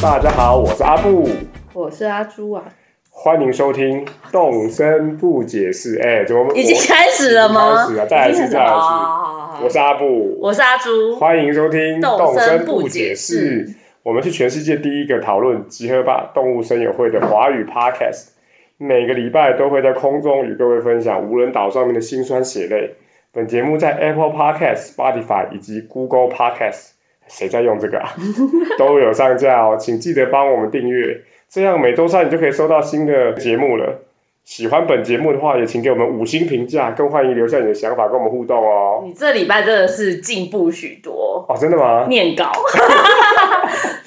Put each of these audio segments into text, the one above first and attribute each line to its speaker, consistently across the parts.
Speaker 1: 大家好，我是阿布，
Speaker 2: 我是阿朱啊，
Speaker 1: 欢迎收听《动声不解释》。哎，怎么
Speaker 2: 已经开始了吗？
Speaker 1: 已经开始了再来一次
Speaker 2: 已经开始
Speaker 1: 再来一次
Speaker 2: 好好好好
Speaker 1: 我我是阿布，
Speaker 2: 我是阿朱，
Speaker 1: 欢迎收听《
Speaker 2: 动
Speaker 1: 声
Speaker 2: 声不
Speaker 1: 解
Speaker 2: 解
Speaker 1: 释》。我们是全世界第一个讨论集合吧动物声友会的华语 Podcast，每个礼拜都会在空中与各位分享无人岛上面的辛酸血泪。本节目在 Apple Podcast、Spotify 以及 Google Podcast，谁在用这个啊？都有上架哦，请记得帮我们订阅，这样每周三你就可以收到新的节目了。喜欢本节目的话，也请给我们五星评价，更欢迎留下你的想法跟我们互动哦。
Speaker 2: 你这礼拜真的是进步许多，
Speaker 1: 哦，真的吗？
Speaker 2: 念 稿，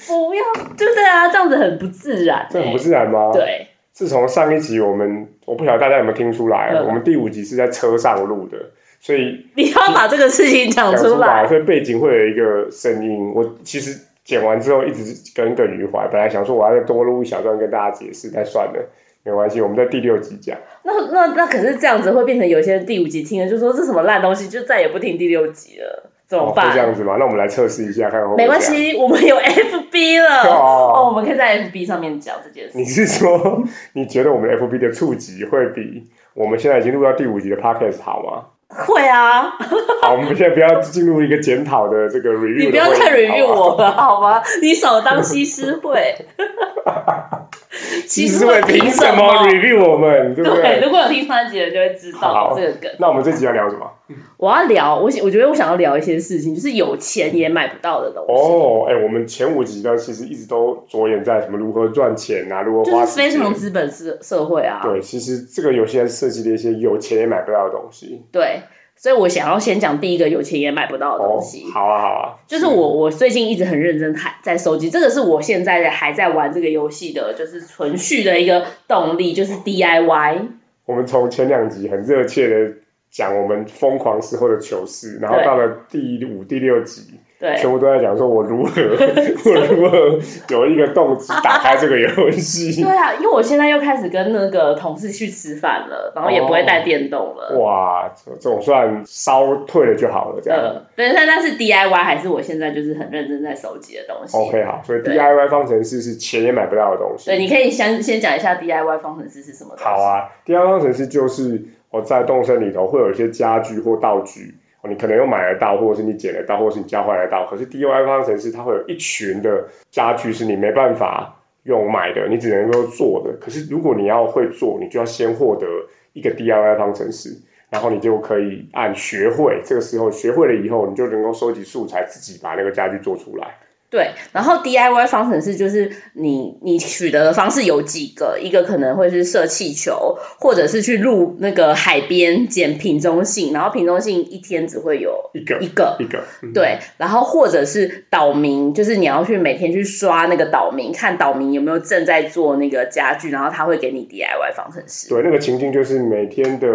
Speaker 2: 不要，就对啊，这样子很不自然、欸，
Speaker 1: 这很不自然啊吗？。
Speaker 2: 对，
Speaker 1: 自从上一集我们，我不晓得大家有没有听出来，
Speaker 2: 嗯
Speaker 1: 我们第五集是在车上录的，所以
Speaker 2: 你要把这个事情讲
Speaker 1: 讲
Speaker 2: 出
Speaker 1: 出
Speaker 2: 来，
Speaker 1: 来，所以背景会有一个声音。我其实剪完之后一直耿耿于怀，本来想说我要再多录一小段跟大家解释，但算了，没关系，我们在第六集讲。
Speaker 2: 那那那可是这样子会变成有些人第五集听了就说这什么烂东西，就再也不听第六集了，怎么
Speaker 1: 哦，会
Speaker 2: 办？
Speaker 1: 这样子吗？那我们来测试一下，看会不会
Speaker 2: 没关
Speaker 1: 这样。
Speaker 2: 系，我们有 FB 了，
Speaker 1: 哦
Speaker 2: 哦，我们可以在 FB 上面讲这件事。
Speaker 1: 你是说你觉得我们 FB 的触及会比我们现在已经录到第五集的 Podcast 好吗？
Speaker 2: 会啊，
Speaker 1: 好，我们现在不要进入一个检讨的这个 review，
Speaker 2: 你不要
Speaker 1: 的
Speaker 2: 再
Speaker 1: 会议
Speaker 2: review
Speaker 1: 好吧
Speaker 2: 我了，好吗？ 你少当西施会。
Speaker 1: 其
Speaker 2: 西
Speaker 1: 实
Speaker 2: 施
Speaker 1: 会
Speaker 2: 会
Speaker 1: 凭什么
Speaker 2: 么？
Speaker 1: review 我们，对不
Speaker 2: 对，
Speaker 1: 对？
Speaker 2: 如果有听上一集的人就会知道
Speaker 1: 好
Speaker 2: 这个梗。
Speaker 1: 那我们这集要聊什 么？
Speaker 2: 我要聊，我想我觉得我想要聊一些事情，就是有钱也买不到的东西，
Speaker 1: 哦，哎，我们前五集呢，其实一直都着眼在什么如何赚钱啊，如何
Speaker 2: 就
Speaker 1: 花
Speaker 2: 是非
Speaker 1: 时
Speaker 2: 什
Speaker 1: 间
Speaker 2: 么资本社社会啊。
Speaker 1: 对，其实这个有些人设计的一些有钱也买不到的东西。
Speaker 2: 对所以我想要先讲第一个有钱也买不到的
Speaker 1: 哦
Speaker 2: 东西。，
Speaker 1: 好啊，好啊，
Speaker 2: 就是我，我最近一直很认真还在收集，这个是我现在还在玩这个游戏的，就是存续的一个动力，就是 DIY。
Speaker 1: 我们从前两集很热切的讲我们疯狂时候的糗事，然后
Speaker 2: 对
Speaker 1: 到了第五、第六集，
Speaker 2: 对，
Speaker 1: 全部都在讲说我如何， 我如何有一个动机打开这个游戏
Speaker 2: 对。啊，因为我现在又开始跟那个同事去吃饭了，然后也不会带电动了。
Speaker 1: 哇，这总算稍退了就好了，哦这样。
Speaker 2: 呃，对，但但是 DIY 还是我现在就是很认真在收集的东西。
Speaker 1: 哦 OK，好，所以
Speaker 2: 对
Speaker 1: DIY 方程式是钱也买不到的东西。
Speaker 2: 对，你可以先先讲一下 DIY 方程式是什么东西。
Speaker 1: 好，啊，DIY 方程式就是我在动森里头会有一些家具或道具，哦你可能有买得到，或者是你捡得到，或者是你交换得到。可是 DIY 方程式它会有一群的家具是你没办法用买的，你只能够做的。可是如果你要会做，你就要先获得一个 DIY 方程式。然后你就可以按学会，这个时候学会了以后，你就能够收集素材，自己把那个家具做出来。
Speaker 2: 对，然后 DIY 方程式就是你你取得的方式有几个，一个可能会是射气球，或者是去录那个海边捡瓶中信，然后瓶中信一天只会有
Speaker 1: 一个
Speaker 2: 一个。
Speaker 1: 一个，嗯
Speaker 2: 对，然后或者是岛民，就是你要去每天去刷那个岛民，看岛民有没有正在做那个家具，然后他会给你 DIY 方程式。
Speaker 1: 对，那个情境就是每天的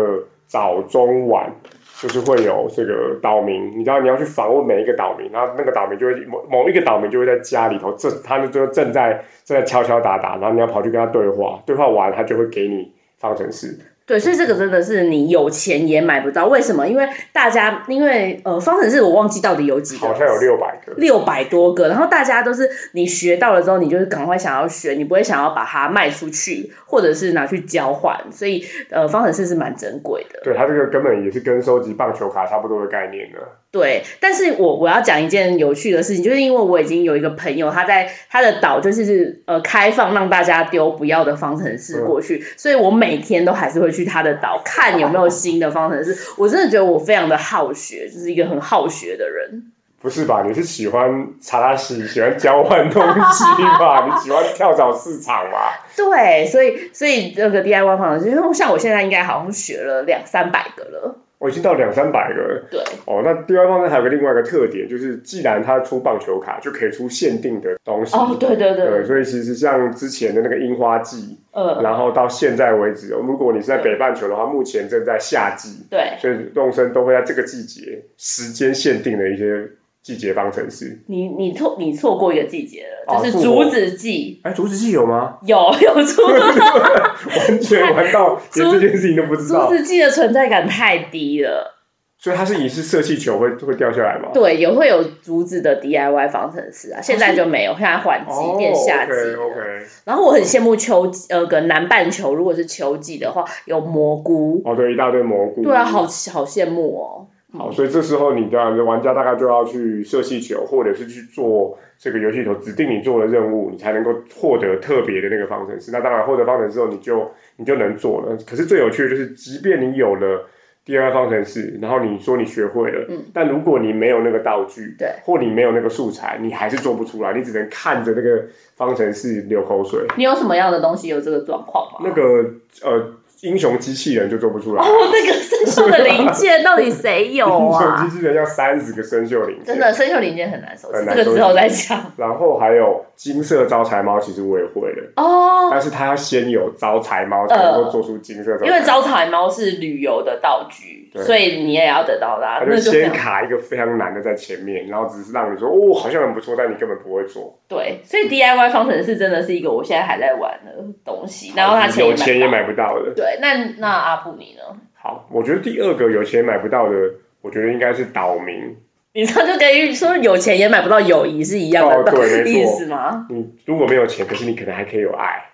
Speaker 1: 早中晚，就是会有这个岛民，你知道你要去访问每一个岛民，然后那个岛民就会某某一个岛民就会在家里头，正他就正在正在敲敲打打，然后你要跑去跟他对话，对话完他就会给你方程式。
Speaker 2: 对，所以这个真的是你有钱也买不到，为什么？因为大家因为呃方程式我忘记到底有几个，
Speaker 1: 好像有六百个。
Speaker 2: 六百多个，然后大家都是你学到了之后，你就是赶快想要学，你不会想要把它卖出去，或者是拿去交换，所以呃，方程式是蛮珍贵的。
Speaker 1: 对，它这个根本也是跟收集棒球卡差不多的概念呢。
Speaker 2: 对，但是我我要讲一件有趣的事情，就是因为我已经有一个朋友，他在他的岛就是呃开放让大家丢不要的方程式过去，所以我每天都还是会去他的岛看有没有新的方程式。我真的觉得我非常的好学，就是一个很好学的人。
Speaker 1: 不是吧？你是喜欢查拉西，喜欢交换东西吧？你喜欢跳蚤市场吧？
Speaker 2: 对，所以所以这个 DIY 方程式，因为像我现在应该好像学了两三百个了。
Speaker 1: 我已经到两三百个了。
Speaker 2: 对
Speaker 1: 哦，那 DIY 方面还有个另外一个特点，就是既然它出棒球卡，就可以出限定的东西。
Speaker 2: 哦，对对
Speaker 1: 对，
Speaker 2: 对，
Speaker 1: 所以其实像之前的那个樱花季，
Speaker 2: 呃，
Speaker 1: 然后到现在为止，如果你是在北半球的
Speaker 2: 嗯
Speaker 1: 话，目前正在夏季，
Speaker 2: 对，
Speaker 1: 所以动森都会在这个季节时间限定的一些季节方程式。
Speaker 2: 你你错你错过一个季节了，
Speaker 1: 哦
Speaker 2: 就是
Speaker 1: 是我
Speaker 2: 竹子季，
Speaker 1: 哎，竹子季有吗？
Speaker 2: 有有竹子
Speaker 1: 完全玩到连这件事情都不知
Speaker 2: 竹
Speaker 1: 道。
Speaker 2: 子记的存在感太低了，
Speaker 1: 所以它是你是射气球会会掉下来吗？
Speaker 2: 对，有会有竹子的 DIY 方程式啊，现在就没有，现在换季变夏季了。
Speaker 1: 哦，OK，OK。
Speaker 2: 然后我很羡慕秋季，呃，个南半球如果是秋季的话，有蘑菇，
Speaker 1: 哦，对，一大堆蘑菇。
Speaker 2: 对啊，好好羡慕哦。
Speaker 1: 好，所以这时候你的玩家大概就要去射气球，或者是去做这个游戏里头指定你做的任务，你才能够获得特别的那个方程式。那当然获得方程式之后，你就你就能做了。可是最有趣的就是，即便你有了第二方程式，然后你说你学会了，
Speaker 2: 嗯
Speaker 1: 但如果你没有那个道具，
Speaker 2: 对，
Speaker 1: 或你没有那个素材，你还是做不出来，你只能看着那个方程式流口水。
Speaker 2: 你有什么样的东西有这个状况吗？
Speaker 1: 那个呃，英雄机器人就做不出来，
Speaker 2: 哦，那个生锈的零件到底谁 有
Speaker 1: 英雄
Speaker 2: 啊？
Speaker 1: 机器人要三十个生锈零件，
Speaker 2: 真的生锈零件很难收拾，
Speaker 1: 很难
Speaker 2: 这个
Speaker 1: 收拾
Speaker 2: 之后再讲。
Speaker 1: 然后还有金色招财猫，其实我也会了，
Speaker 2: 哦，
Speaker 1: 但是它要先有招财猫才能够做出金色招财猫，
Speaker 2: 因为招财猫是旅游的道具，
Speaker 1: 对
Speaker 2: 所以你也要得到它
Speaker 1: 它，就
Speaker 2: 那就非
Speaker 1: 先
Speaker 2: 常
Speaker 1: 卡一个非常难的在前面，然后只是让你说哦好像很不错，但你根本不会做，
Speaker 2: 对。所以 DIY 方程式真的是一个我现在还在玩的东西，然后它
Speaker 1: 啊有钱也
Speaker 2: 买
Speaker 1: 买不到的
Speaker 2: 不。到。对，那那阿布你呢？
Speaker 1: 好，我觉得第二个有钱也买不到的，我觉得应该是岛民。
Speaker 2: 你这样就跟于说有钱也买不到友谊是一样的
Speaker 1: 哦
Speaker 2: 道、
Speaker 1: 对没错
Speaker 2: 意思吗？
Speaker 1: 你嗯如果没有钱，可是你可能还可以有 爱。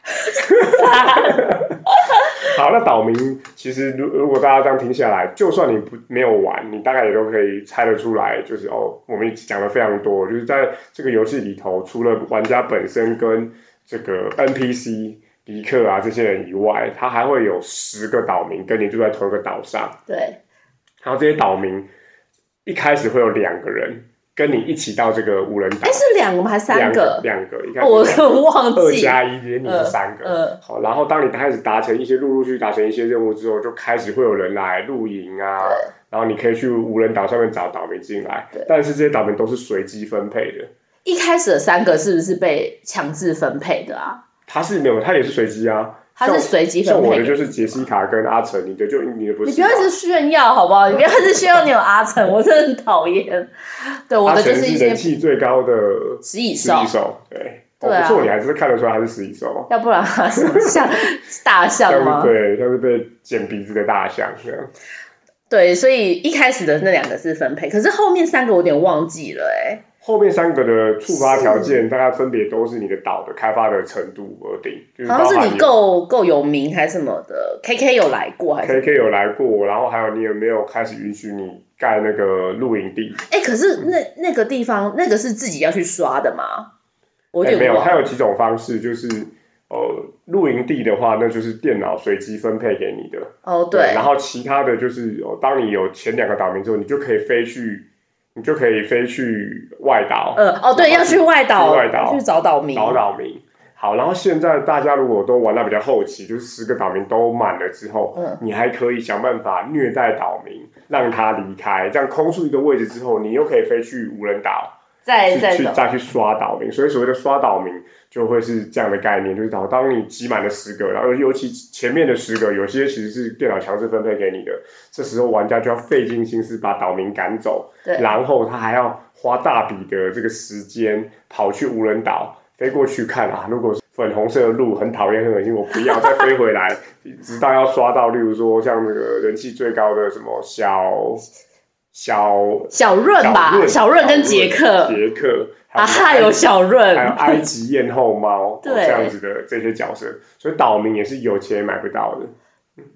Speaker 1: 好，那岛民其实如如果大家这样听下来，就算你不没有玩，你大概也都可以猜得出来，就是哦，我们讲的非常多，就是在这个游戏里头，除了玩家本身跟这个 NPC 迪克啊这些人以外，他还会有十个岛民跟你住在同一个岛上。
Speaker 2: 对，
Speaker 1: 然后这些岛民一开始会有两个人跟你一起到这个无人岛
Speaker 2: 哎，，是两个吗？还是三个？哦
Speaker 1: 两个，一开始
Speaker 2: 我忘
Speaker 1: 二
Speaker 2: 记。
Speaker 1: 加一连你是三个。
Speaker 2: 呃，
Speaker 1: 好，然后当你开始达成一些陆陆续续达成一些任务之后，就开始会有人来露营啊，
Speaker 2: 对
Speaker 1: 然后你可以去无人岛上面找岛民进来
Speaker 2: 对，
Speaker 1: 但是这些岛民都是随机分配的，
Speaker 2: 一开始的三个是不是被强制分配的啊？
Speaker 1: 他是没有，他也是随机啊。
Speaker 2: 它是随机
Speaker 1: 像
Speaker 2: 分
Speaker 1: 我
Speaker 2: 配
Speaker 1: 的
Speaker 2: 的。
Speaker 1: 就是杰西卡跟阿成，你的就你的不是吧。
Speaker 2: 你不要一直炫耀好不好？你不要一直炫耀你有 阿成，我真的很讨厌。对，我
Speaker 1: 阿
Speaker 2: 的
Speaker 1: 成
Speaker 2: 就是一
Speaker 1: 人
Speaker 2: 些
Speaker 1: 气最高的
Speaker 2: 食蚁
Speaker 1: 十
Speaker 2: 兽
Speaker 1: 一，手，对，
Speaker 2: 对啊
Speaker 1: 哦、不错，你还是看得出来他是十一手，
Speaker 2: 要不然它什么像大象
Speaker 1: 像
Speaker 2: 吗
Speaker 1: 是？对，像是被剪鼻子的大象这样。
Speaker 2: 对，所以一开始的那两个是分配，可是后面三个我有点忘记了哎、
Speaker 1: 后面三个的触发条件，大概分别都是你的岛的开发的程度而定，就是
Speaker 2: 好
Speaker 1: 嗯包
Speaker 2: 像是
Speaker 1: 含
Speaker 2: 你够够有名还是什么的，K K 有来过还是？
Speaker 1: K K 有来过，然后还有你有没有开始允许你盖那个露营地？
Speaker 2: 哎、可是那那个地方那个是自己要去刷的吗？我
Speaker 1: 哎
Speaker 2: 有
Speaker 1: 没
Speaker 2: 点
Speaker 1: 有，
Speaker 2: 忘
Speaker 1: 它
Speaker 2: 了。
Speaker 1: 有几种方式，就是呃露营地的话，那就是电脑随机分配给你的。
Speaker 2: 哦，对
Speaker 1: 然，后其他的就是，哦当你有前两个岛民之后，你就可以飞去，你就可以飞去外岛。
Speaker 2: 呃，哦，对，要去外岛，
Speaker 1: 去外岛
Speaker 2: 去找岛民。
Speaker 1: 岛岛民。好，然后现在大家如果都玩到比较后期，就是十个岛民都满了之后，
Speaker 2: 嗯
Speaker 1: 你还可以想办法虐待岛民，让他离开，这样空出一个位置之后，你又可以飞去无人岛，
Speaker 2: 再
Speaker 1: 去
Speaker 2: 再
Speaker 1: 去
Speaker 2: 找。
Speaker 1: 再去刷岛民。所以所谓的刷岛民就会是这样的概念，就是当当你挤满了十个，然后尤其前面的十个，有些其实是电脑强制分配给你的，这时候玩家就要费尽心思把岛民赶走，
Speaker 2: 对，
Speaker 1: 然后他还要花大笔的这个时间跑去无人岛飞过去看啊，如果是粉红色的鹿很讨厌很恶心，我不要再飞回来， 直到要刷到，例如说像那个人气最高的什么小小
Speaker 2: 小润
Speaker 1: 小
Speaker 2: 吧，
Speaker 1: 润
Speaker 2: 小润跟杰克
Speaker 1: 杰克
Speaker 2: 啊哈，
Speaker 1: 有
Speaker 2: 有小
Speaker 1: 还有
Speaker 2: 润，
Speaker 1: 埃及艳后猫
Speaker 2: 对
Speaker 1: 这样子的这些角色，所以岛民也是有钱也买不到的。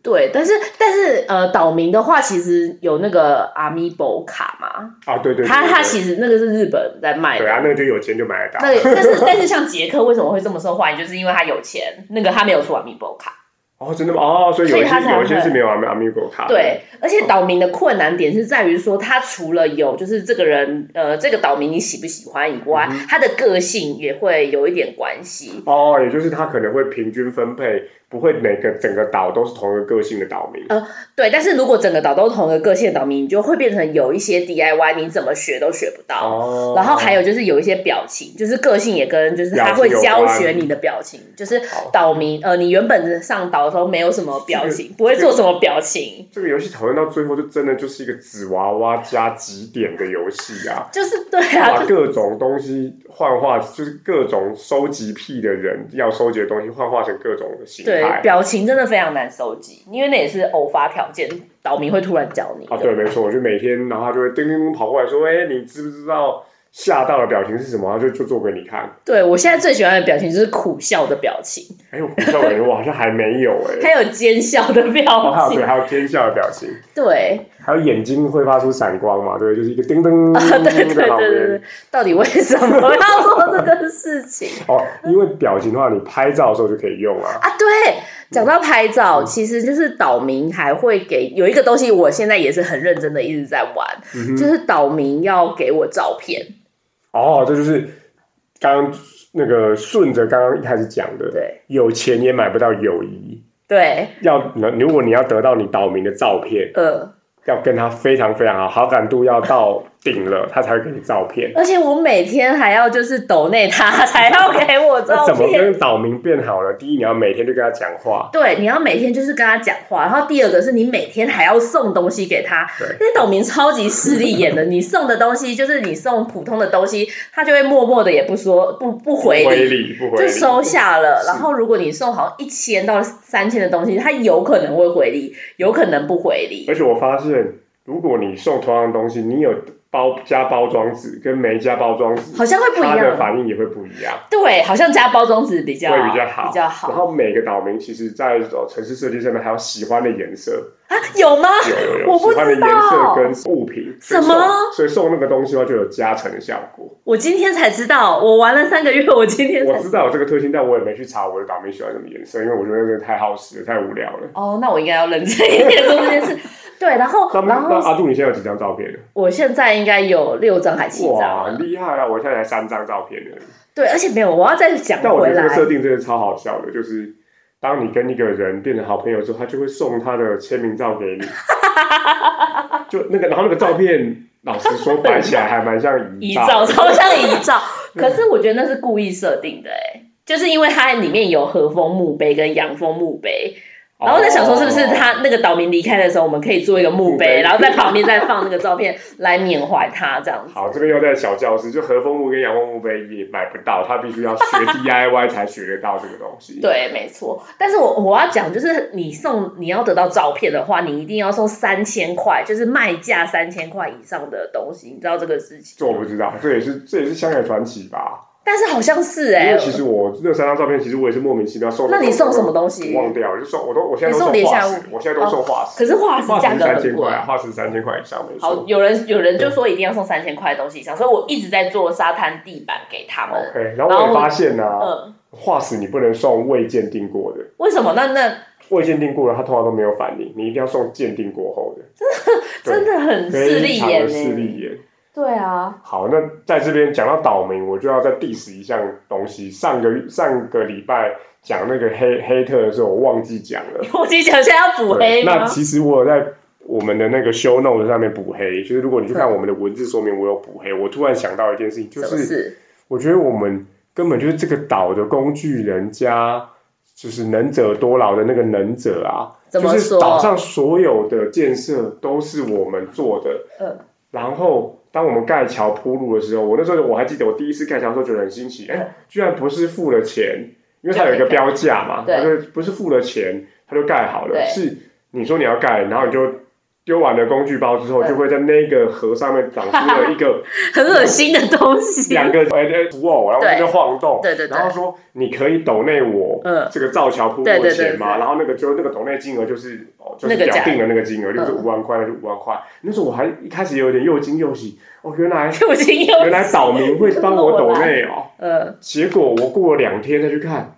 Speaker 2: 对，但是但是呃，岛民的话其实有那个 Amiibo 卡嘛，
Speaker 1: 啊，对对对对
Speaker 2: 他他
Speaker 1: 对
Speaker 2: 其实那个是日本在卖
Speaker 1: 对啊，
Speaker 2: 的。
Speaker 1: 那个就有钱就买得到。
Speaker 2: 那个但是但是像杰克为什么会这么受欢迎，就是因为他有钱，那个他没有出 Amiibo 卡，
Speaker 1: 哦，真的吗？哦，所以有一
Speaker 2: 所以
Speaker 1: 些
Speaker 2: 他才
Speaker 1: 有一些
Speaker 2: 会
Speaker 1: 是没有阿阿米果卡的。
Speaker 2: 对，而且岛民的困难点是在于说，他除了有就是这个人呃这个岛民你喜不喜欢以外，
Speaker 1: 嗯
Speaker 2: 他的个性也会有一点关系，
Speaker 1: 哦，也就是它可能会平均分配，不会每个整个岛都是同一个个性的岛民。
Speaker 2: 对，但是如果整个岛都同一个个性的岛民，你就会变成有一些 DIY 你怎么学都学不到。
Speaker 1: 哦，
Speaker 2: 然后还有就是有一些表情，就是个性也跟就是他会
Speaker 1: 表情有
Speaker 2: 教
Speaker 1: 关
Speaker 2: 学你的表情，就是
Speaker 1: 好
Speaker 2: 岛民呃，你原本上岛的时候没有什么表情，不会
Speaker 1: 这
Speaker 2: 做什么表情，
Speaker 1: 这个游戏讨论到最后，就真的就是一个纸娃娃加几点的游戏啊，
Speaker 2: 就是对啊，
Speaker 1: 把各种东西幻化，就是各种收集癖的人要收集的东西幻化成各种的形
Speaker 2: 对
Speaker 1: 态。
Speaker 2: 表情真的非常难收集，因为那也是偶发条件岛民会突然叫你的。
Speaker 1: 啊，对，没错，我就每天，然后他就会叮叮叮跑过来说，哎，你知不知道吓到的表情是什么？然后就就做给你看。
Speaker 2: 对我现在最喜欢的表情就是苦笑的表情，
Speaker 1: 哎，我不知道，感觉我好像还没有哎、
Speaker 2: 还有奸笑的
Speaker 1: 哦还
Speaker 2: 表
Speaker 1: 有对，
Speaker 2: 情。
Speaker 1: 还有奸笑的表情，
Speaker 2: 对，
Speaker 1: 还有眼睛会发出闪光嘛，对，就是一个叮噔
Speaker 2: 啊， 对对
Speaker 1: 在
Speaker 2: 对
Speaker 1: 旁
Speaker 2: 对
Speaker 1: 边。
Speaker 2: 对，到底为什么要做这个事情？
Speaker 1: 哦，因为表情的话，你拍照的时候就可以用啊。
Speaker 2: 啊，对，讲到拍照，其实就是岛民还会给有一个东西，我现在也是很认真的一直在玩，
Speaker 1: 嗯哼，
Speaker 2: 就是岛民要给我照片，
Speaker 1: 哦，这就是刚刚那个顺着刚刚一开始讲的，
Speaker 2: 对
Speaker 1: 有钱也买不到友谊。
Speaker 2: 对，
Speaker 1: 要如果你要得到你岛民的照片，
Speaker 2: 呃，
Speaker 1: 要跟他非常非常好，好感度要到顶了，他才会给你照片。
Speaker 2: 而且我每天还要就是抖内他 才要给我
Speaker 1: 那
Speaker 2: 照
Speaker 1: 怎么
Speaker 2: 片。
Speaker 1: 跟岛民变好呢？第一，你要每天就跟他讲话，
Speaker 2: 对，你要每天就是跟他讲话，然后第二个是你每天还要送东西给他
Speaker 1: 对。
Speaker 2: 那岛民超级势利眼的，你送的东西就是你送普通的东西，他就会默默的也不说不不回你
Speaker 1: 回礼不回
Speaker 2: 就
Speaker 1: 礼，
Speaker 2: 收下了。
Speaker 1: 是
Speaker 2: 然后如果你送好像一千到三千的东西，它有可能会回礼，有可能不回礼。
Speaker 1: 而且我发现，如果你送同样的东西，你有包加包装纸跟没加包装纸，
Speaker 2: 好像会不一
Speaker 1: 他的
Speaker 2: 样，
Speaker 1: 反应也会不一样。
Speaker 2: 对，好像加包装纸比较
Speaker 1: 会比较好，
Speaker 2: 比较
Speaker 1: 然
Speaker 2: 好
Speaker 1: 后每个岛民其实在呃城市设计上面还有喜欢的颜色，
Speaker 2: 啊？有吗？
Speaker 1: 有有有
Speaker 2: 我不
Speaker 1: 喜欢的
Speaker 2: 知
Speaker 1: 颜色
Speaker 2: 道，
Speaker 1: 跟物品，所以
Speaker 2: 什么
Speaker 1: 送所以送那个东西的话就有加成的效果。
Speaker 2: 我今天才知道，我玩了三个月，我今天才
Speaker 1: 我知道有这个推荐，但我也没去查我的岛民喜欢什么颜色，因为我觉得那个太耗时了，太无聊了。
Speaker 2: 哦，那我应该要认真一点做这件 事。对，然后
Speaker 1: 那
Speaker 2: 哦然
Speaker 1: 那
Speaker 2: 后
Speaker 1: 阿杜，你现在有几张照片了？
Speaker 2: 我现在应该有六张还七
Speaker 1: 哇，
Speaker 2: 张，
Speaker 1: 很厉害啊！我现在才三张照片而已。
Speaker 2: 对，而且没有，我要再 讲
Speaker 1: 但我
Speaker 2: 回
Speaker 1: 觉得这
Speaker 2: 来
Speaker 1: 个。设定真的超好笑的，就是当你跟一个人变成好朋友之后，他就会送他的签名照给 你，就那个，然后那个照片，老实说摆起来还蛮像
Speaker 2: 遗
Speaker 1: 遗
Speaker 2: 照，
Speaker 1: 照。
Speaker 2: 超像遗 照。可是我觉得那是故意设定的、哎，就是因为它里面有和风墓碑跟洋风墓碑，然后在想说是不是
Speaker 1: 哦
Speaker 2: 他那个岛民离开的时候，我们可以做一个墓
Speaker 1: 墓碑
Speaker 2: 碑，然后在旁边再放那个照片来缅怀他这样子。
Speaker 1: 好，这边又在小教室，就和风木跟阳光木杯也买不到，他必须要学 DIY 才学得到这个东西。
Speaker 2: 对，没错。但是我我要讲，就是你送你要得到照片的话，你一定要送三千块，就是卖价三千块以上的东西，你知道这个事情
Speaker 1: 这我
Speaker 2: 吗。
Speaker 1: 不知道，这也是这也是香港传奇吧？
Speaker 2: 但是好像是
Speaker 1: 因
Speaker 2: 哎、
Speaker 1: 为其实我那三张照片，其实我也是莫名其妙送。
Speaker 2: 那你送什么东西
Speaker 1: 我忘掉，了，就送我都我现在都送
Speaker 2: 你送连
Speaker 1: 化
Speaker 2: 下
Speaker 1: 石
Speaker 2: 物，哦
Speaker 1: 我现在都送化石。
Speaker 2: 可是化石
Speaker 1: 化
Speaker 2: 价
Speaker 1: 石
Speaker 2: 格
Speaker 1: 三
Speaker 2: 很
Speaker 1: 千
Speaker 2: 贵啊
Speaker 1: 块，。啊化石三千块以上没
Speaker 2: 好，
Speaker 1: 错。
Speaker 2: 有人有人就说一定要送三千块的东西以上，所以我一直在做沙滩地板给他们。
Speaker 1: OK，然后我也发现呢、啊，
Speaker 2: 嗯，
Speaker 1: 化石你不能送未鉴定过的，
Speaker 2: 为什么？那那
Speaker 1: 未鉴定过的它通常都没有反应，你一定要送鉴定过后的。
Speaker 2: 真的很势利
Speaker 1: 非常
Speaker 2: 眼
Speaker 1: 的势利
Speaker 2: 呢。
Speaker 1: 眼。
Speaker 2: 对啊，
Speaker 1: 好，那在这边讲到岛民，我就要再 diss 一项东西。上个上个礼拜讲那个黑黑特的时候，我忘记讲了。
Speaker 2: 我其实想现在要补黑
Speaker 1: 对那
Speaker 2: 吗？
Speaker 1: 其实我有在我们的那个 show note 上面补黑，就是如果你去看我们的文字说明，我有补黑。我突然想到一件事情，就
Speaker 2: 什么
Speaker 1: 是
Speaker 2: 事？
Speaker 1: 我觉得我们根本就是这个岛的工具人加，就是能者多劳的那个能者啊，
Speaker 2: 怎么
Speaker 1: 就是岛
Speaker 2: 说？
Speaker 1: 上所有的建设都是我们做的。
Speaker 2: 嗯
Speaker 1: 然后当我们盖桥铺路的时候，我那时候我还记得我第一次盖桥的时候觉得很新奇，
Speaker 2: 嗯
Speaker 1: 哎，居然不是付了钱，因为它有一个标价嘛，
Speaker 2: 对
Speaker 1: 它就不是付了钱它就盖好了，
Speaker 2: 对
Speaker 1: 是你说你要盖，然后你就。丢完了工具包之后，
Speaker 2: 嗯
Speaker 1: 就会在那个河上面长出了一个
Speaker 2: 很恶心的东西。
Speaker 1: 两个哎哎土偶，然后
Speaker 2: 对
Speaker 1: 在那晃动，
Speaker 2: 对对对
Speaker 1: 然后说你可以抖内我
Speaker 2: 嗯
Speaker 1: 这个造桥铺路
Speaker 2: 对
Speaker 1: 的
Speaker 2: 对对
Speaker 1: 钱嘛，
Speaker 2: 对
Speaker 1: 然后那个就那个抖内金额就是哦就是
Speaker 2: 那个
Speaker 1: 表
Speaker 2: 价
Speaker 1: 定的那个金额，就是
Speaker 2: 嗯
Speaker 1: 五万块那就五万块。那时候我还一开始有点又惊又喜，哦原来
Speaker 2: 我已经
Speaker 1: 原
Speaker 2: 有
Speaker 1: 来岛民会帮我抖内哦，
Speaker 2: 呃，
Speaker 1: 结果我过了两天再去看，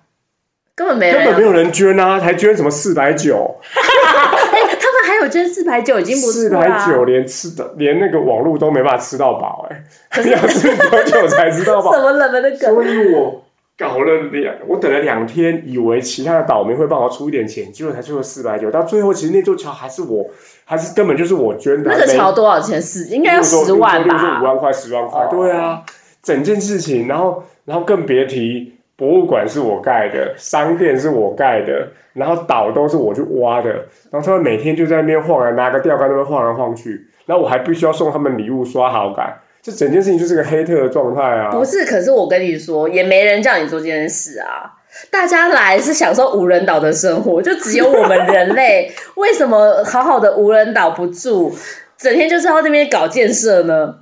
Speaker 2: 根本没
Speaker 1: 根
Speaker 2: 人
Speaker 1: 本
Speaker 2: 要。
Speaker 1: 没有人捐啊，还捐什么四百九，
Speaker 2: 哎，他们还有捐四百九，已经不
Speaker 1: 四
Speaker 2: 错
Speaker 1: 百
Speaker 2: 啦。
Speaker 1: 九连吃的连那个网络都没办法吃到饱哎、
Speaker 2: 可是
Speaker 1: 要四百九才吃到饱
Speaker 2: 什。么冷门的梗？
Speaker 1: 所以我搞了两，我等了两天，以为其他的岛民会帮我出一点钱，结果才出了四百九。到最后，其实那座桥还是我，还是根本就是我捐的。
Speaker 2: 那个
Speaker 1: 没
Speaker 2: 桥多少钱？是应该要
Speaker 1: 例如说
Speaker 2: 十万
Speaker 1: 例如说
Speaker 2: 吧
Speaker 1: 五？万块、十万块
Speaker 2: 哦，
Speaker 1: 对啊，整件事情，然后然后更别提博物馆是我盖的，商店是我盖的，然后岛都是我去挖的，然后他们啊每天就在那边晃来拿个钓竿在那边晃来晃去，然后我还必须要送他们礼物刷好感，这整件事情就是个黑特的状态啊。
Speaker 2: 不是，可是我跟你说，也没人叫你做这件事啊。大家来是享受无人岛的生活，就只有我们人 类，为什么好好的无人岛不住，整天就是要那边搞建设呢？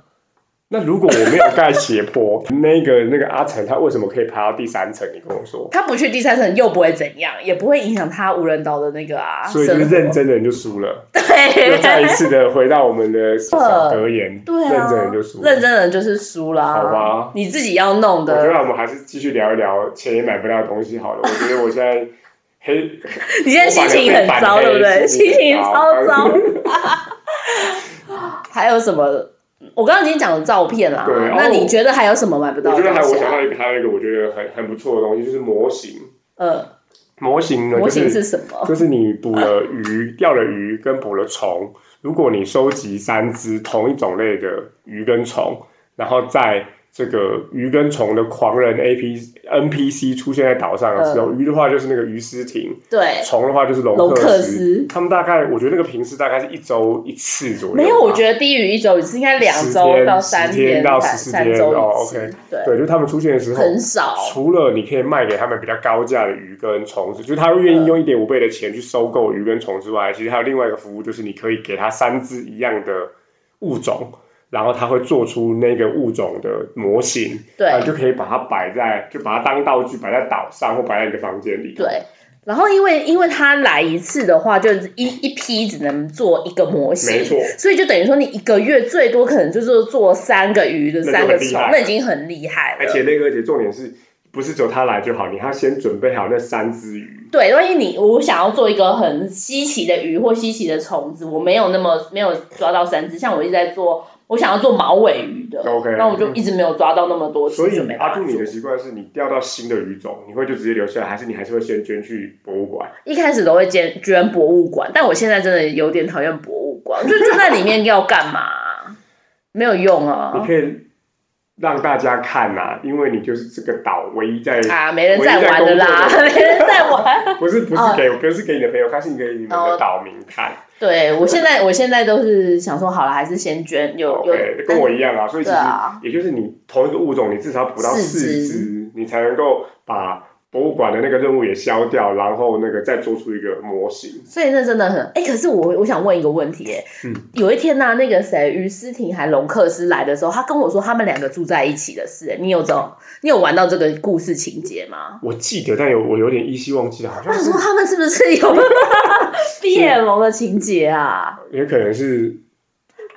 Speaker 1: 那如果我没有盖斜坡， 那个那个阿成他为什么可以爬到第三层？你跟我说，
Speaker 2: 他不去第三层又不会怎样，也不会影响他无人岛的那个啊。
Speaker 1: 所以就是
Speaker 2: 生活
Speaker 1: 认真的人就输了。又再一
Speaker 2: 对，
Speaker 1: 次的回到我们的小格言，
Speaker 2: 对
Speaker 1: 认
Speaker 2: 啊，
Speaker 1: 真人就输了。
Speaker 2: 认真人就是输啦。
Speaker 1: 好吧
Speaker 2: 你自己要弄
Speaker 1: 我觉
Speaker 2: 的。
Speaker 1: 得我们还是继续聊一聊钱也买不到的东西 好了。我觉得我现在黑，
Speaker 2: 你现在心情很糟，对不对？心情超糟。 还有什么？我刚刚已经讲了照片啦
Speaker 1: 对哦，
Speaker 2: 那你觉得还有什么买不
Speaker 1: 我
Speaker 2: 到
Speaker 1: 觉
Speaker 2: 的
Speaker 1: 得还
Speaker 2: 东
Speaker 1: 我
Speaker 2: 西
Speaker 1: 想
Speaker 2: 啊？
Speaker 1: 到一个，还有一个我觉得很很不错的东西，就是模型。
Speaker 2: 呃，
Speaker 1: 模型呢，
Speaker 2: 模
Speaker 1: 就
Speaker 2: 型
Speaker 1: 是
Speaker 2: 是什么？
Speaker 1: 就是你捕了鱼、钓了鱼跟捕了虫，如果你收集三只同一种类的鱼跟虫，然后在这个鱼跟虫的狂人 A P NPC 出现在岛上的时候，鱼的话就是那个鱼尸亭，
Speaker 2: 对，
Speaker 1: 虫的话就是龙
Speaker 2: 嗯龙克
Speaker 1: 斯。
Speaker 2: 斯。
Speaker 1: 他们大概，我觉得那个平时大概是一周一次左右吧。
Speaker 2: 没有，我觉得低于一周一次，应该两
Speaker 1: 10
Speaker 2: 周
Speaker 1: 天
Speaker 2: 到三
Speaker 1: 10天到
Speaker 2: 三
Speaker 1: 14
Speaker 2: 三
Speaker 1: 天
Speaker 2: 周
Speaker 1: 哦
Speaker 2: 一次。
Speaker 1: ，OK
Speaker 2: 对，
Speaker 1: 对，就是他们出现的时候，
Speaker 2: 很少。
Speaker 1: 除了你可以卖给他们比较高价的鱼跟虫子，就是他愿意用一点五倍的钱去收购鱼跟虫之外，其实还有另外一个服务，就是你可以给他三只一样的物种，然后他会做出那个物种的模型，
Speaker 2: 对
Speaker 1: 然后你就可以把它摆在，就把它当道具摆在岛上或摆在你的房间里。
Speaker 2: 对，然后因为因为他来一次的话，就是一一批只能做一个模型，
Speaker 1: 没错
Speaker 2: 所以就等于说你一个月最多可能就是做三个鱼的
Speaker 1: 那就
Speaker 2: 三个
Speaker 1: 很厉
Speaker 2: 虫
Speaker 1: 害，
Speaker 2: 那已经很厉害
Speaker 1: 而
Speaker 2: 了。
Speaker 1: 且那个，而且重点是不是只有他来就好，你还要先准备好那三只鱼。
Speaker 2: 对，万一你我想要做一个很稀奇的鱼或稀奇的虫子，我没有那么没有抓到三只，像我一直在做，我想要做毛尾鱼的
Speaker 1: 哦 OK，
Speaker 2: 那我就一直没有抓到那么多只，
Speaker 1: 所以
Speaker 2: 就没办
Speaker 1: 阿
Speaker 2: 法
Speaker 1: 杜，你
Speaker 2: 做
Speaker 1: 的。习惯是你钓到新的鱼种，你会就直接留下来，还是你还是会先捐去博物馆？
Speaker 2: 一开始都会捐捐博物馆，但我现在真的有点讨厌博物馆，就就在里面要干嘛啊？没有用啊。
Speaker 1: 你可以让大家看呐、因为你就是这个岛唯一在，
Speaker 2: 啊，没人在玩的啦，
Speaker 1: 我
Speaker 2: 没人在玩。
Speaker 1: 不是不是给不是给你的朋友看，是你给你们
Speaker 2: 哦
Speaker 1: 的岛民看。
Speaker 2: 对我现在，我现在都是想说，好了，还是先捐，有哦有
Speaker 1: OK，跟我一样啊，所以其
Speaker 2: 对
Speaker 1: 实
Speaker 2: 啊
Speaker 1: 也就是你同一个物种，你至少捕到
Speaker 2: 四只
Speaker 1: 四只，你才能够把博物馆的那个任务也消掉，然后那个再做出一个模型。
Speaker 2: 所以那真的很，哎、可是我我想问一个问题、哎、
Speaker 1: 嗯
Speaker 2: 有一天呢、那个谁，于思婷还隆克斯来的时候，他跟我说他们两个住在一起的事、哎你有这种，你有玩到这个故事情节吗？
Speaker 1: 我记得，但有我有点依稀忘记了，好
Speaker 2: 我
Speaker 1: 像
Speaker 2: 想
Speaker 1: 是
Speaker 2: 说他们是不是有 变龙的情节啊？
Speaker 1: 也可能是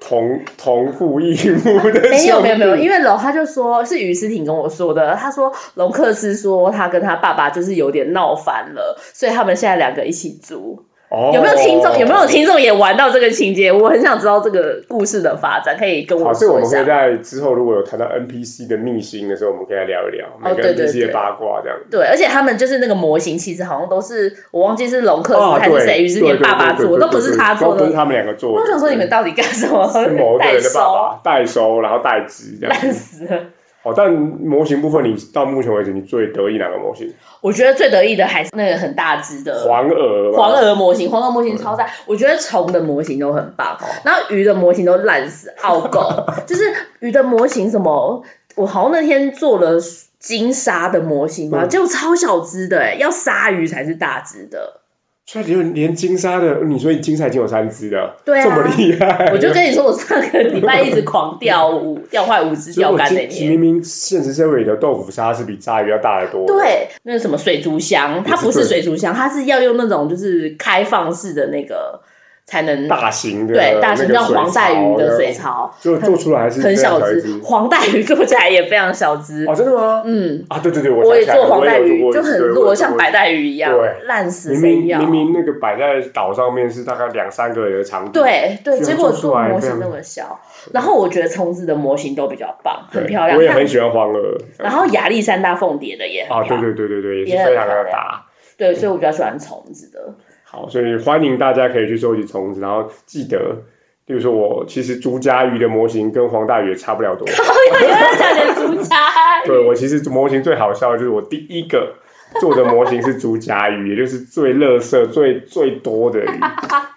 Speaker 1: 同同父异母的
Speaker 2: 没有
Speaker 1: 兄弟
Speaker 2: 没有没有，因为龙他就说是于思婷跟我说的，他说龙克斯说他跟他爸爸就是有点闹翻了，所以他们现在两个一起住。
Speaker 1: 哦
Speaker 2: 有没有听众？有没有听众也玩到这个情节？我很想知道这个故事的发展，可以跟
Speaker 1: 好，
Speaker 2: 我
Speaker 1: 所以我
Speaker 2: 说一
Speaker 1: 们可以
Speaker 2: 下。
Speaker 1: 在之后如果有谈到 NPC 的秘辛的时候，我们可以来聊一聊每
Speaker 2: 哦对
Speaker 1: 个
Speaker 2: 对
Speaker 1: NPC
Speaker 2: 对
Speaker 1: 的八卦这样。
Speaker 2: 对，而且他们就是那个模型，其实好像都是我忘记是龙克斯
Speaker 1: 哦，
Speaker 2: 还
Speaker 1: 对，
Speaker 2: 是谁，于思
Speaker 1: 对
Speaker 2: 婷爸爸做，都不是他做
Speaker 1: 都不是
Speaker 2: 的。
Speaker 1: 他们两个做的。
Speaker 2: 我想说你们到底干什么？
Speaker 1: 是某一个
Speaker 2: 代
Speaker 1: 人的爸
Speaker 2: 收，
Speaker 1: 爸代收，然后代支这样。
Speaker 2: 烂死了。
Speaker 1: 哦，但模型部分，你到目前为止你最得意哪个模型？
Speaker 2: 我觉得最得意的还是那个很大只的
Speaker 1: 黄鹅吧。
Speaker 2: 黄鹅模型，黄鹅模型超赞，我觉得虫的模型都很棒，
Speaker 1: 哦
Speaker 2: 然后鱼的模型都烂死，傲狗， 就是鱼的模型什么，我好像那天做了金鲨的模型嘛，
Speaker 1: 嗯
Speaker 2: 结果超小只的、欸，要鲨鱼才是大只的。
Speaker 1: 所以连连金鲨的，你说金鲨已经有三只了，
Speaker 2: 对啊
Speaker 1: 这么厉害。
Speaker 2: 我就跟你说，我上个礼拜一直狂钓五，钓坏五只
Speaker 1: 所以
Speaker 2: 钓
Speaker 1: 我
Speaker 2: 竿那
Speaker 1: 其实
Speaker 2: 天。
Speaker 1: 明明现实社会里的豆腐鲨是比鲨鱼要大得多。。
Speaker 2: 对，那个什么水族箱，它不是水族箱，它是要用那种就是开放式的那个才能
Speaker 1: 大型的
Speaker 2: 对大型
Speaker 1: 那个
Speaker 2: 像黄带鱼的水
Speaker 1: 水
Speaker 2: 槽，
Speaker 1: 就做出来还是
Speaker 2: 很
Speaker 1: 非
Speaker 2: 小
Speaker 1: 常
Speaker 2: 只，黄带鱼 做起来也非常小只。
Speaker 1: 哦，真的吗？
Speaker 2: 嗯，
Speaker 1: 啊，对对对，我
Speaker 2: 我也
Speaker 1: 想起来
Speaker 2: 做
Speaker 1: 了
Speaker 2: 黄带
Speaker 1: 我也
Speaker 2: 鱼
Speaker 1: 有做
Speaker 2: 就
Speaker 1: 过
Speaker 2: 很
Speaker 1: 对我
Speaker 2: 弱，
Speaker 1: 有
Speaker 2: 像
Speaker 1: 做过
Speaker 2: 白带鱼一样
Speaker 1: 对，
Speaker 2: 烂死
Speaker 1: 明
Speaker 2: 谁
Speaker 1: 明
Speaker 2: 要？
Speaker 1: 明明那个摆在岛上面是大概两三个人的长度，，
Speaker 2: 对对，
Speaker 1: 居然
Speaker 2: 结果
Speaker 1: 做出
Speaker 2: 做
Speaker 1: 来
Speaker 2: 模
Speaker 1: 非
Speaker 2: 型
Speaker 1: 常
Speaker 2: 那么小，然后我觉得虫子的模型都比较棒，很漂亮。
Speaker 1: 我也
Speaker 2: 但
Speaker 1: 很喜欢黄鹅。
Speaker 2: 然后亚历山大凤蝶的也很
Speaker 1: 啊，
Speaker 2: 漂
Speaker 1: 对
Speaker 2: 亮，
Speaker 1: 对对对对，
Speaker 2: 也
Speaker 1: 也是
Speaker 2: 很
Speaker 1: 非常
Speaker 2: 漂
Speaker 1: 的
Speaker 2: 亮
Speaker 1: 大。
Speaker 2: 对，所以我比较喜欢虫子 的。
Speaker 1: 好，所以欢迎大家可以去收集虫子，然后记得，比如说我其实竹夹鱼的模型跟黄大鱼也差不了多少。
Speaker 2: 有人讲的竹夹
Speaker 1: 对我其实模型最好笑的就是我第一 个做的模型是竹夹鱼，也就是最垃圾最最多的鱼。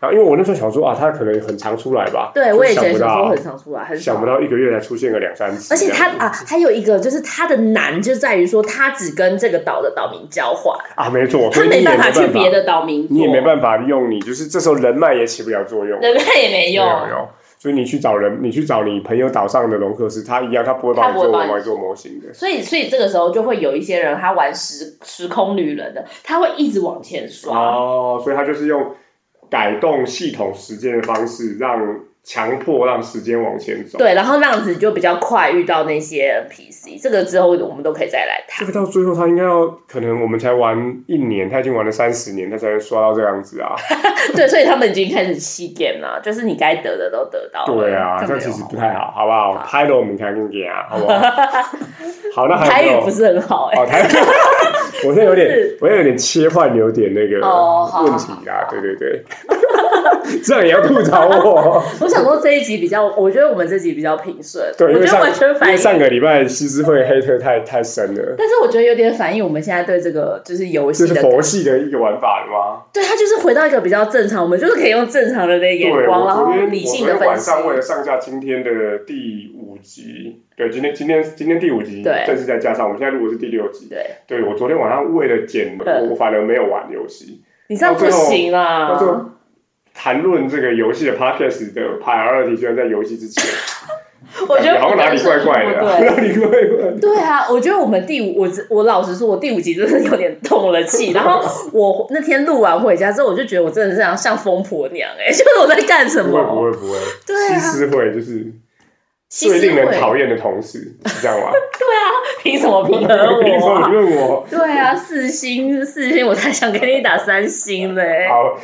Speaker 1: 然后因为我那时候想说啊，它可能很常出来吧，
Speaker 2: 对
Speaker 1: 就
Speaker 2: 我也觉
Speaker 1: 想
Speaker 2: 得
Speaker 1: 不
Speaker 2: 小时候
Speaker 1: 到
Speaker 2: 很，常出来，很少
Speaker 1: 想不到一个月才出现个两三次
Speaker 2: 而
Speaker 1: 这
Speaker 2: 且
Speaker 1: 样子，
Speaker 2: 它啊，还有一个就是它的难就在于说，它只跟这个岛的岛民交换，
Speaker 1: 啊没错，
Speaker 2: 它
Speaker 1: 所以你也
Speaker 2: 没
Speaker 1: 没
Speaker 2: 办
Speaker 1: 办
Speaker 2: 法去别，的岛民做，
Speaker 1: 你也没办法利用你，就是这时候人脉也起不了作用，
Speaker 2: 人脉也没用，
Speaker 1: 没有用。所以你去找人，你去找你朋友岛上的龙克斯，他一样，他不会帮
Speaker 2: 他
Speaker 1: 你
Speaker 2: 不会
Speaker 1: 做
Speaker 2: 帮
Speaker 1: 我
Speaker 2: 你
Speaker 1: 们做模型的。
Speaker 2: 所以所以这个时候就会有一些人他玩时时空旅人的，他会一直往前刷，
Speaker 1: 哦，所以他就是用改动系统时间的方式，让强迫让时间往前走。
Speaker 2: 对，然后那样子就比较快遇到那些 NPC，这个之后我们都可以再来
Speaker 1: 这
Speaker 2: 谈。
Speaker 1: 个到最后，他应该要可能我们才玩一年，他已经玩了三十年，他才会刷到这样 子啊。
Speaker 2: 对，所以他们已经开始起点了，就是你该得的都得到了。
Speaker 1: 对啊，
Speaker 2: 就
Speaker 1: 这
Speaker 2: 没
Speaker 1: 样
Speaker 2: 有
Speaker 1: 其实不太好，好不好？
Speaker 2: 好
Speaker 1: 拍了我们才跟你啊，好不 好？好，那还
Speaker 2: 台
Speaker 1: 有
Speaker 2: 语不是很好哎、
Speaker 1: 哦， 台语，我这有点
Speaker 2: 是，
Speaker 1: 我有点切换，有点那个
Speaker 2: 哦好
Speaker 1: 问题啦，对对 对，这样也要吐槽我。
Speaker 2: 我想说这一集比较，我觉得我们这集比较平顺，
Speaker 1: 对，因
Speaker 2: 我
Speaker 1: 为
Speaker 2: 觉得
Speaker 1: 上
Speaker 2: 完全
Speaker 1: 因
Speaker 2: 反
Speaker 1: 为上
Speaker 2: 映，
Speaker 1: 个礼拜西施会黑特太太深了，
Speaker 2: 但是我觉得有点反映我们现在对这个就是游
Speaker 1: 这
Speaker 2: 戏
Speaker 1: 是
Speaker 2: 的，
Speaker 1: 佛系的一个玩法了吗？
Speaker 2: 对它就是回到一个比较正常，我们就是可以用正常人的
Speaker 1: 对，
Speaker 2: 眼光，
Speaker 1: 我
Speaker 2: 然
Speaker 1: 昨
Speaker 2: 后
Speaker 1: 天
Speaker 2: 理
Speaker 1: 我
Speaker 2: 性
Speaker 1: 昨
Speaker 2: 的
Speaker 1: 天
Speaker 2: 分
Speaker 1: 晚
Speaker 2: 析。
Speaker 1: 上为了上架今天的第五集，对，今天今天今天第五集
Speaker 2: 对
Speaker 1: 正式再加上，我们现在录的是第六集。
Speaker 2: 对，
Speaker 1: 对，我昨天晚上为了剪，
Speaker 2: 对
Speaker 1: 我反而没有玩游戏。
Speaker 2: 你这样不行
Speaker 1: 那
Speaker 2: 啊啦。
Speaker 1: 就谈论这个游戏的 podcast 的 priority 居然在游戏之前，
Speaker 2: 我觉得
Speaker 1: 感好像哪里怪怪的啊，
Speaker 2: 对
Speaker 1: 哪里怪怪的。
Speaker 2: 对啊，我觉得我们第五，我只我老实说，我第五集真的有点动了 气。然后我那天录完回家之后，我就觉得我真的是像像疯婆娘哎、就是我在干什
Speaker 1: 不会不
Speaker 2: 么？
Speaker 1: 会不会，
Speaker 2: 对啊
Speaker 1: 西施会就是
Speaker 2: 其
Speaker 1: 最
Speaker 2: 实
Speaker 1: 令人
Speaker 2: 会
Speaker 1: 讨厌的同事，是这样 吗？
Speaker 2: 凭什么 评
Speaker 1: 你
Speaker 2: 论我
Speaker 1: 说
Speaker 2: 啊
Speaker 1: 你？问我，
Speaker 2: 对啊，四星四星，我才想给你打三星嘞。
Speaker 1: 好，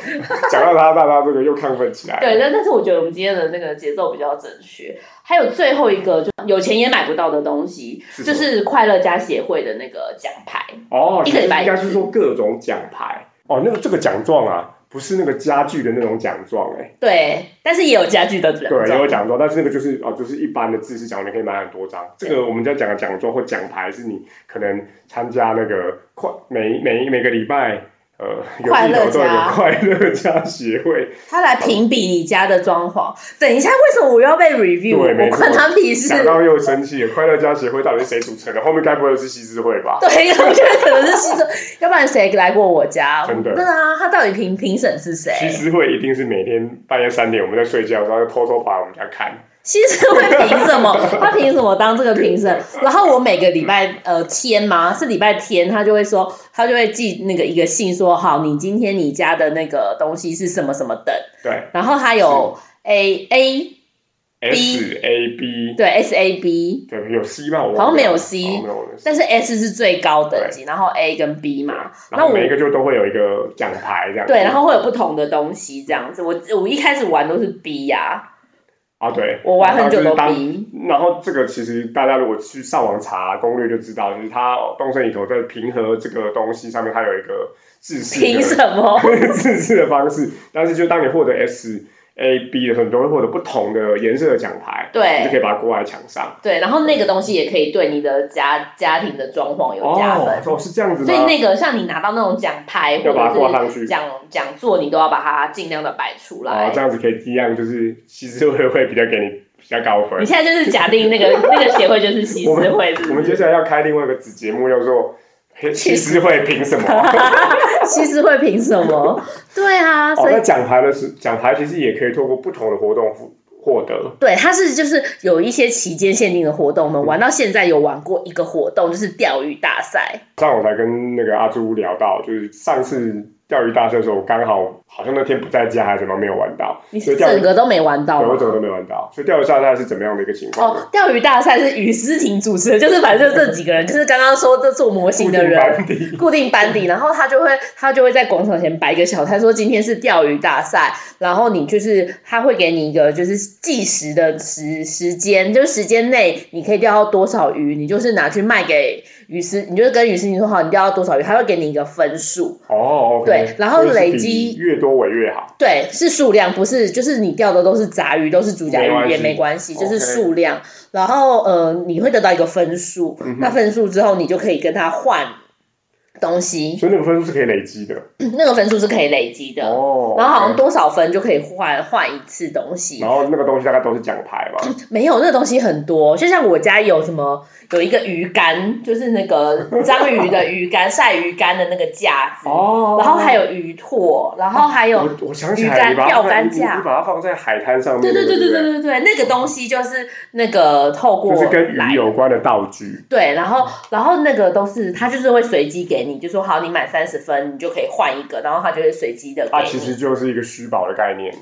Speaker 1: 讲到他，大家这个又亢奋起来。
Speaker 2: 对，但但是我觉得我们今天的那个节奏比较正确。还有最后一个，就有钱也买不到的东西，
Speaker 1: 是什么
Speaker 2: 就是快乐家协会的那个奖牌。
Speaker 1: 哦，
Speaker 2: 一个礼拜
Speaker 1: 应该是说各种奖牌哦，那个这个奖状啊，不是那个家具的那种奖状哎、
Speaker 2: 对，但是也有家具的奖
Speaker 1: 对，也
Speaker 2: 状
Speaker 1: 有奖状，但是那个就是哦，就是一般的制式奖，你可以买很多张。这个我们在讲的奖状或奖牌，是你可能参加那个快每每每个礼拜。呃，有
Speaker 2: 快
Speaker 1: 一
Speaker 2: 乐
Speaker 1: 头都有
Speaker 2: 家
Speaker 1: 个快乐家协会，
Speaker 2: 他来评比你家的装潢。等一下，为什么我又要被 review？
Speaker 1: 对没
Speaker 2: 我
Speaker 1: 错
Speaker 2: 关他屁事。
Speaker 1: 想到又生气 了。快乐家协会到底是谁组成的？后面该不会是西施会吧？
Speaker 2: 对，我觉得可能是新生，要不然谁来过我家？
Speaker 1: 真的
Speaker 2: 对啊，他到底评评审是谁？
Speaker 1: 西施会一定是每天半夜三点我们在睡觉的时候，就偷偷跑来我们家看。
Speaker 2: 西施会凭什么？他凭什么当这个评审？然后我每个礼拜呃天嘛，是礼拜天，他就会说，他就会寄那个一个信说，好，你今天你家的那个东西是什么什么等，
Speaker 1: 对
Speaker 2: 然后他有 A A
Speaker 1: ，S A B
Speaker 2: 对 S A B，
Speaker 1: 对，有 C 吗？我忘了哦
Speaker 2: 好像没有 C
Speaker 1: 好像没有 C
Speaker 2: 但是 S 是最高等级，然后 A 跟 B 嘛，
Speaker 1: 然
Speaker 2: 那
Speaker 1: 后
Speaker 2: 我
Speaker 1: 每一个就都会有一个奖牌这样。
Speaker 2: 对，然后会有不同的东西这样子。我我一开始玩都是 B 呀、
Speaker 1: 啊，对，
Speaker 2: 我玩很久
Speaker 1: 然
Speaker 2: 都
Speaker 1: 后就是
Speaker 2: B。
Speaker 1: 当。然后这个其实大家如果去上网查攻略就知道，就是它东森里头在平和这个东西上面，它有一个制式
Speaker 2: 凭
Speaker 1: 的
Speaker 2: 什么？
Speaker 1: 制式的方式。但是就当你获得 S A B 的时候，你都会获得不同的颜色的奖牌，你就可
Speaker 2: 对
Speaker 1: 以把它挂在墙上。
Speaker 2: 对，然后那个东西也可以对你的家家庭的装潢有加分
Speaker 1: 哦，。哦是这样子
Speaker 2: 所以
Speaker 1: 吗？
Speaker 2: 那个像你拿到那种奖牌
Speaker 1: 要把它挂
Speaker 2: 或者
Speaker 1: 上去
Speaker 2: 是。讲讲座，你都要把它尽量的摆出
Speaker 1: 哦
Speaker 2: 来，
Speaker 1: 这。样子可以一样，就是其实会会比较给你比较高分
Speaker 2: 你。现在就是假定那个 那个协会就是西施会，是
Speaker 1: 我
Speaker 2: 不
Speaker 1: 们接
Speaker 2: 是？
Speaker 1: 下来要开另外一个子节目，叫做 “其实会凭什 么”。
Speaker 2: 西施会凭什 么？对啊，
Speaker 1: 哦，
Speaker 2: 所以、
Speaker 1: 那奖牌的是奖牌，其实也可以透过不同的活动获获得。
Speaker 2: 对它是就是有一些期间限定的活动呢，
Speaker 1: 嗯
Speaker 2: 玩到现在有玩过一个活动，就是钓鱼大赛。
Speaker 1: 上午才跟那个阿朱聊到，就是上次钓鱼大赛的时候，我刚好好像那天不在家还是什么没有玩到，
Speaker 2: 你
Speaker 1: 所以钓鱼
Speaker 2: 整个都没玩到
Speaker 1: 对，
Speaker 2: 吗
Speaker 1: 我整个都没玩到。所以钓鱼大赛是怎么样的一个情况呢？
Speaker 2: 哦，钓鱼大赛是雨思婷主持的，就是反正就这几个人，就是刚刚说这做模型的人。
Speaker 1: 固定班底
Speaker 2: 固定班底，然后他就会他就会在广场前摆一个小摊，说今天是钓鱼大赛，然后你就是他会给你一个就是计时的时时间，就是时间内你可以钓到多少鱼，你就是拿去卖给鱼师，你就是跟鱼师你说好你钓到多少鱼，他会给你一个分数，
Speaker 1: 哦，OK，
Speaker 2: 对然后
Speaker 1: 所以是
Speaker 2: 累积
Speaker 1: 比越多尾越好。
Speaker 2: 对，是数量，不是就是你钓的都是杂鱼，都是竹夹
Speaker 1: 没关
Speaker 2: 鱼
Speaker 1: 系
Speaker 2: 也没关系，就是
Speaker 1: OK
Speaker 2: 数量。
Speaker 1: 嗯
Speaker 2: 然后呃，你会得到一个分数，那分数之后你就可以跟他换东西，
Speaker 1: 所以那个分数是可以累积的。
Speaker 2: 那个分数是可以累积的，
Speaker 1: 哦，
Speaker 2: 然后好像
Speaker 1: OK 哦
Speaker 2: 多少分就可以换换一次东西。
Speaker 1: 然后那个东西大概都是奖牌嘛，
Speaker 2: 没有，那个东西很多，就像我家有什么有一个鱼竿，就是 那个章鱼的鱼竿，晒鱼竿的那个架子，
Speaker 1: 哦
Speaker 2: 然后还有鱼拓，然后还有。
Speaker 1: 我我想起
Speaker 2: 鱼
Speaker 1: 来，
Speaker 2: 竿
Speaker 1: 你把它
Speaker 2: 钓
Speaker 1: 放
Speaker 2: 竿
Speaker 1: 你你
Speaker 2: 架
Speaker 1: 你把它放在海滩上面，
Speaker 2: 对
Speaker 1: 对
Speaker 2: 对对对
Speaker 1: 不
Speaker 2: 对对对，那个东西就是那个透过
Speaker 1: 就是跟
Speaker 2: 来
Speaker 1: 鱼有关的道具。
Speaker 2: 对，然后然后那个都是他就是会随机给你，就说好你满三十分，你就可以换一个，然后他就会随机的
Speaker 1: 它
Speaker 2: 给
Speaker 1: 其实
Speaker 2: 你。
Speaker 1: 就是一个虚宝的概念，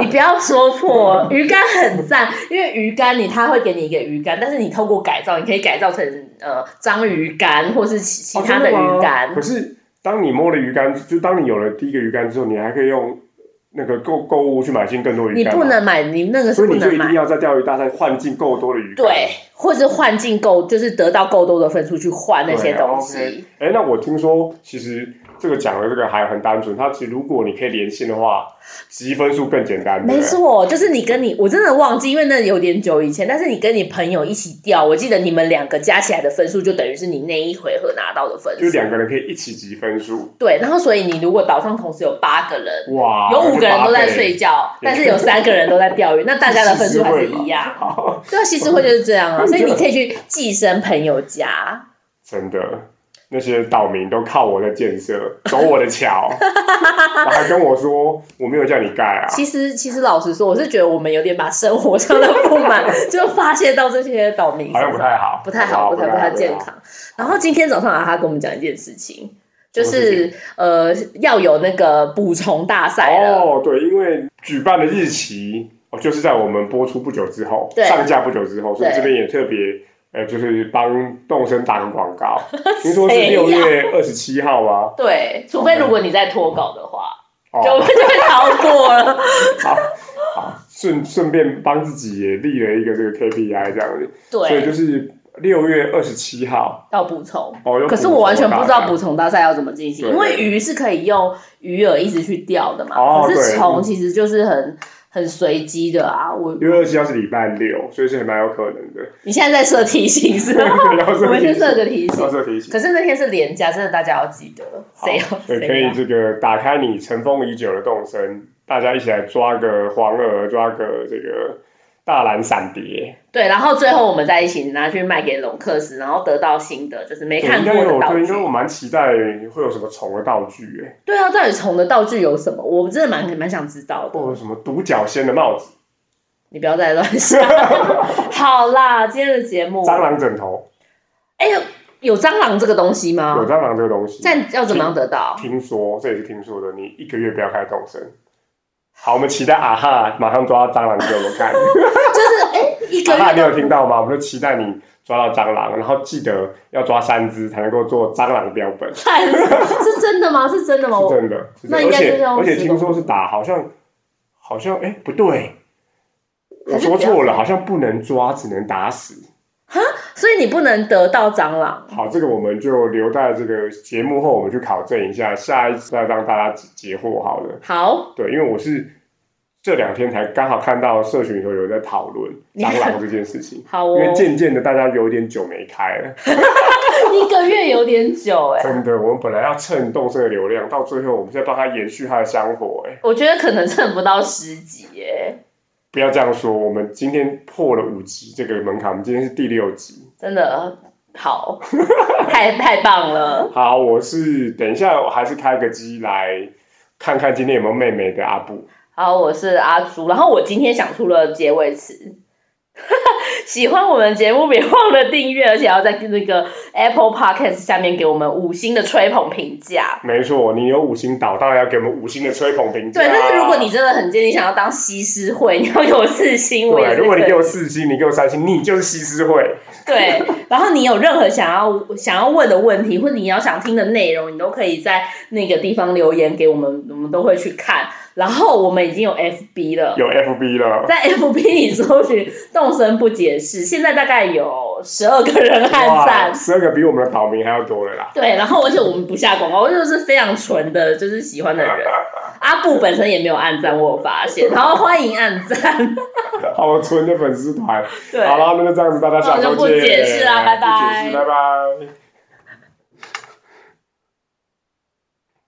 Speaker 2: 你不要说破，鱼竿很赞，因为鱼竿你他会给你一个鱼竿，但是你透过改造，你可以改造成呃章鱼竿或是其其
Speaker 1: 哦
Speaker 2: 他的
Speaker 1: 真吗
Speaker 2: 鱼竿。
Speaker 1: 可是当你摸了鱼竿，就当你有了第一个鱼竿之后，你还可以用那个购购物去买进更多鱼
Speaker 2: 你
Speaker 1: 竿嘛。
Speaker 2: 不能买，你那个是
Speaker 1: 所以
Speaker 2: 不
Speaker 1: 你就
Speaker 2: 能
Speaker 1: 一定
Speaker 2: 买。
Speaker 1: 要在钓鱼大赛换进够多的鱼竿。
Speaker 2: 对，或是换进够，就是得到够多的分数去换那些
Speaker 1: 对
Speaker 2: 东
Speaker 1: ，OK
Speaker 2: 西。
Speaker 1: 哎，那我听说其实这个讲的这个还很单纯，它其实如果你可以连线的话，积分数更简单。对
Speaker 2: 没
Speaker 1: 不对，
Speaker 2: 错，就是你跟你，我真的忘记，因为那有点久以前。但是你跟你朋友一起钓，我记得你们两个加起来的分数就等于是你那一回合拿到的分
Speaker 1: 就是
Speaker 2: 数。
Speaker 1: 两个人可以一起积分数。
Speaker 2: 对，然后所以你如果岛上同时有八个人，
Speaker 1: 哇，
Speaker 2: 有五个人都在
Speaker 1: 那就八倍
Speaker 2: 睡觉，
Speaker 1: 对
Speaker 2: 但是有三个人都在钓鱼，那大家的分数还是一样。对啊，西施会就是这样啊，所以你可以去寄生朋友 家。
Speaker 1: 真的，那些岛民都靠我的建设，走我的 桥，然后还跟我说我没有叫你盖啊。
Speaker 2: 其实，其实老实说，我是觉得我们有点把生活上的不 满就发泄到这些岛民
Speaker 1: 好像
Speaker 2: 身
Speaker 1: 不
Speaker 2: 上，
Speaker 1: 太好，
Speaker 2: 不太好，不太不太健。康。然后今天早上啊他跟我们讲一件事情，就
Speaker 1: 什么事
Speaker 2: 是呃要有那个补充大赛了。
Speaker 1: 哦，对，因为举办的日期哦，就是在我们播出不久之后，
Speaker 2: 对
Speaker 1: 上架不久之后，所以
Speaker 2: 对
Speaker 1: 这边也特别。呃，就是帮动身打个广告， 听说是
Speaker 2: 谁呀
Speaker 1: 六月二十七号吗？
Speaker 2: 对，除非如果你在脱稿的话，就
Speaker 1: 哦，
Speaker 2: 就会逃过了。
Speaker 1: 好，好，顺顺便帮自己也立了一个这个 KPI 这样子， 所以
Speaker 2: 对，
Speaker 1: 就是六月二十七号，
Speaker 2: 要补充。
Speaker 1: 哦，有
Speaker 2: 可是
Speaker 1: 捕
Speaker 2: 我完全
Speaker 1: 获
Speaker 2: 不知
Speaker 1: 大
Speaker 2: 道
Speaker 1: 概
Speaker 2: 捕虫大赛要怎么进行，
Speaker 1: 对
Speaker 2: 因为鱼是可以用鱼饵一直去钓的嘛，
Speaker 1: 哦
Speaker 2: 可是
Speaker 1: 对
Speaker 2: 虫其实就是很很随机的啊。我
Speaker 1: 因为二十七号是礼拜六，所以是蛮有可能的。
Speaker 2: 你现在在设提醒是 吗？
Speaker 1: 然后
Speaker 2: 哦我们先设
Speaker 1: 这
Speaker 2: 个提
Speaker 1: 到
Speaker 2: 醒。
Speaker 1: 这提醒，
Speaker 2: 可是那天是连假，真的大家要记得，谁要
Speaker 1: 对，
Speaker 2: 谁
Speaker 1: 可以
Speaker 2: 要。
Speaker 1: 这个打开你尘封已久的动身，大家一起来抓个黄鹅，抓个这个大蓝闪蝶。
Speaker 2: 对，然后最后我们再一起拿去卖给龙克斯，然后得到新的就是没
Speaker 1: 对
Speaker 2: 看
Speaker 1: 应
Speaker 2: 过
Speaker 1: 该有
Speaker 2: 的道
Speaker 1: 对，应
Speaker 2: 具
Speaker 1: 该。我蛮期待会有什么虫的道具哎，
Speaker 2: 对啊，到底虫的道具有什么？我真的蛮蛮想知道的。
Speaker 1: 或者什么独角仙的帽子、
Speaker 2: 你不要再乱 想。 好啦，今天的节目，
Speaker 1: 蟑螂枕头，
Speaker 2: 哎呦，有蟑螂这个东西吗？
Speaker 1: 有蟑螂这个东西。
Speaker 2: 但要怎么样得到？
Speaker 1: 听说，这也是听说的，你一个月不要开动身。好，我们期待啊哈，马上抓蟑螂给我们看。
Speaker 2: 就是哎， 一个
Speaker 1: 阿爸，
Speaker 2: 月
Speaker 1: 你有听到吗？我们就期待你抓到蟑螂，然后记得要抓三只才能够做蟑螂标本，是
Speaker 2: 看是真的吗？是真的吗？我
Speaker 1: 真的。是真的
Speaker 2: 哦那应该就是要
Speaker 1: 而且而且
Speaker 2: 十
Speaker 1: 听说是打，好像好像哎不对，我
Speaker 2: 还是
Speaker 1: 说
Speaker 2: 不要
Speaker 1: 错了，好像不能抓，只能打死。
Speaker 2: 所以你不能得到蟑螂。
Speaker 1: 好，这个我们就留在这个节目后，我们去考证一下，下一次再让大家解惑好了。
Speaker 2: 好，
Speaker 1: 对，因为我是这两天才刚好看到社群里头有人在讨论
Speaker 2: 你
Speaker 1: 蟑螂这件事情，
Speaker 2: 好
Speaker 1: 因
Speaker 2: 哦
Speaker 1: 为，渐渐的大家有点久没开了。
Speaker 2: 一个月有点久哎、
Speaker 1: 真的，我们本来要蹭动森的流量，到最后我们在帮他延续他的香火、哎，
Speaker 2: 我觉得可能蹭不到十集哎、
Speaker 1: 不要这样说，我们今天破了五集这个门槛，我们今天是第六集。
Speaker 2: 真的 好，太太棒了。
Speaker 1: 好，我是等一下我还是开个机来看看今天有没有妹妹的阿布。
Speaker 2: 好，我是阿朱，然后我今天想出了结尾词。 喜欢我们节目，别忘了订阅，而且要在那个 Apple Podcast 下面给我们五星的吹捧评价。
Speaker 1: 没错，你有五星岛，当然要给我们五星的吹捧评价。
Speaker 2: 对，但是如果你真的很坚定想要当西施会， 你要给我四星，我也
Speaker 1: 对，
Speaker 2: 是
Speaker 1: 如果你
Speaker 2: 可以
Speaker 1: 给我四星，你给我三星，你就是西施会。
Speaker 2: 对，然后你有任何想要想要问的问题，或者你要想听的内容，你都可以在那个地方留言给我们，我们都会去看。然后我们已经有 FB 了，
Speaker 1: 有 FB 了。
Speaker 2: 在 FB 里搜寻“动身不解释”，现在大概有十二个人按
Speaker 1: 哇，
Speaker 2: 赞。
Speaker 1: 十二个比我们的岛民还要多 了啦。
Speaker 2: 对，然后而且我们不下广告，我就是非常纯的，就是喜欢的 人。阿布本身也没有按赞，我有发现，然后欢迎按赞。
Speaker 1: 好纯的粉丝团。
Speaker 2: 对，
Speaker 1: 好了，那就这样子，大家下
Speaker 2: 那
Speaker 1: 周
Speaker 2: 我就不
Speaker 1: 见。
Speaker 2: 解释啦拜
Speaker 1: 不解释
Speaker 2: 拜
Speaker 1: 拜拜。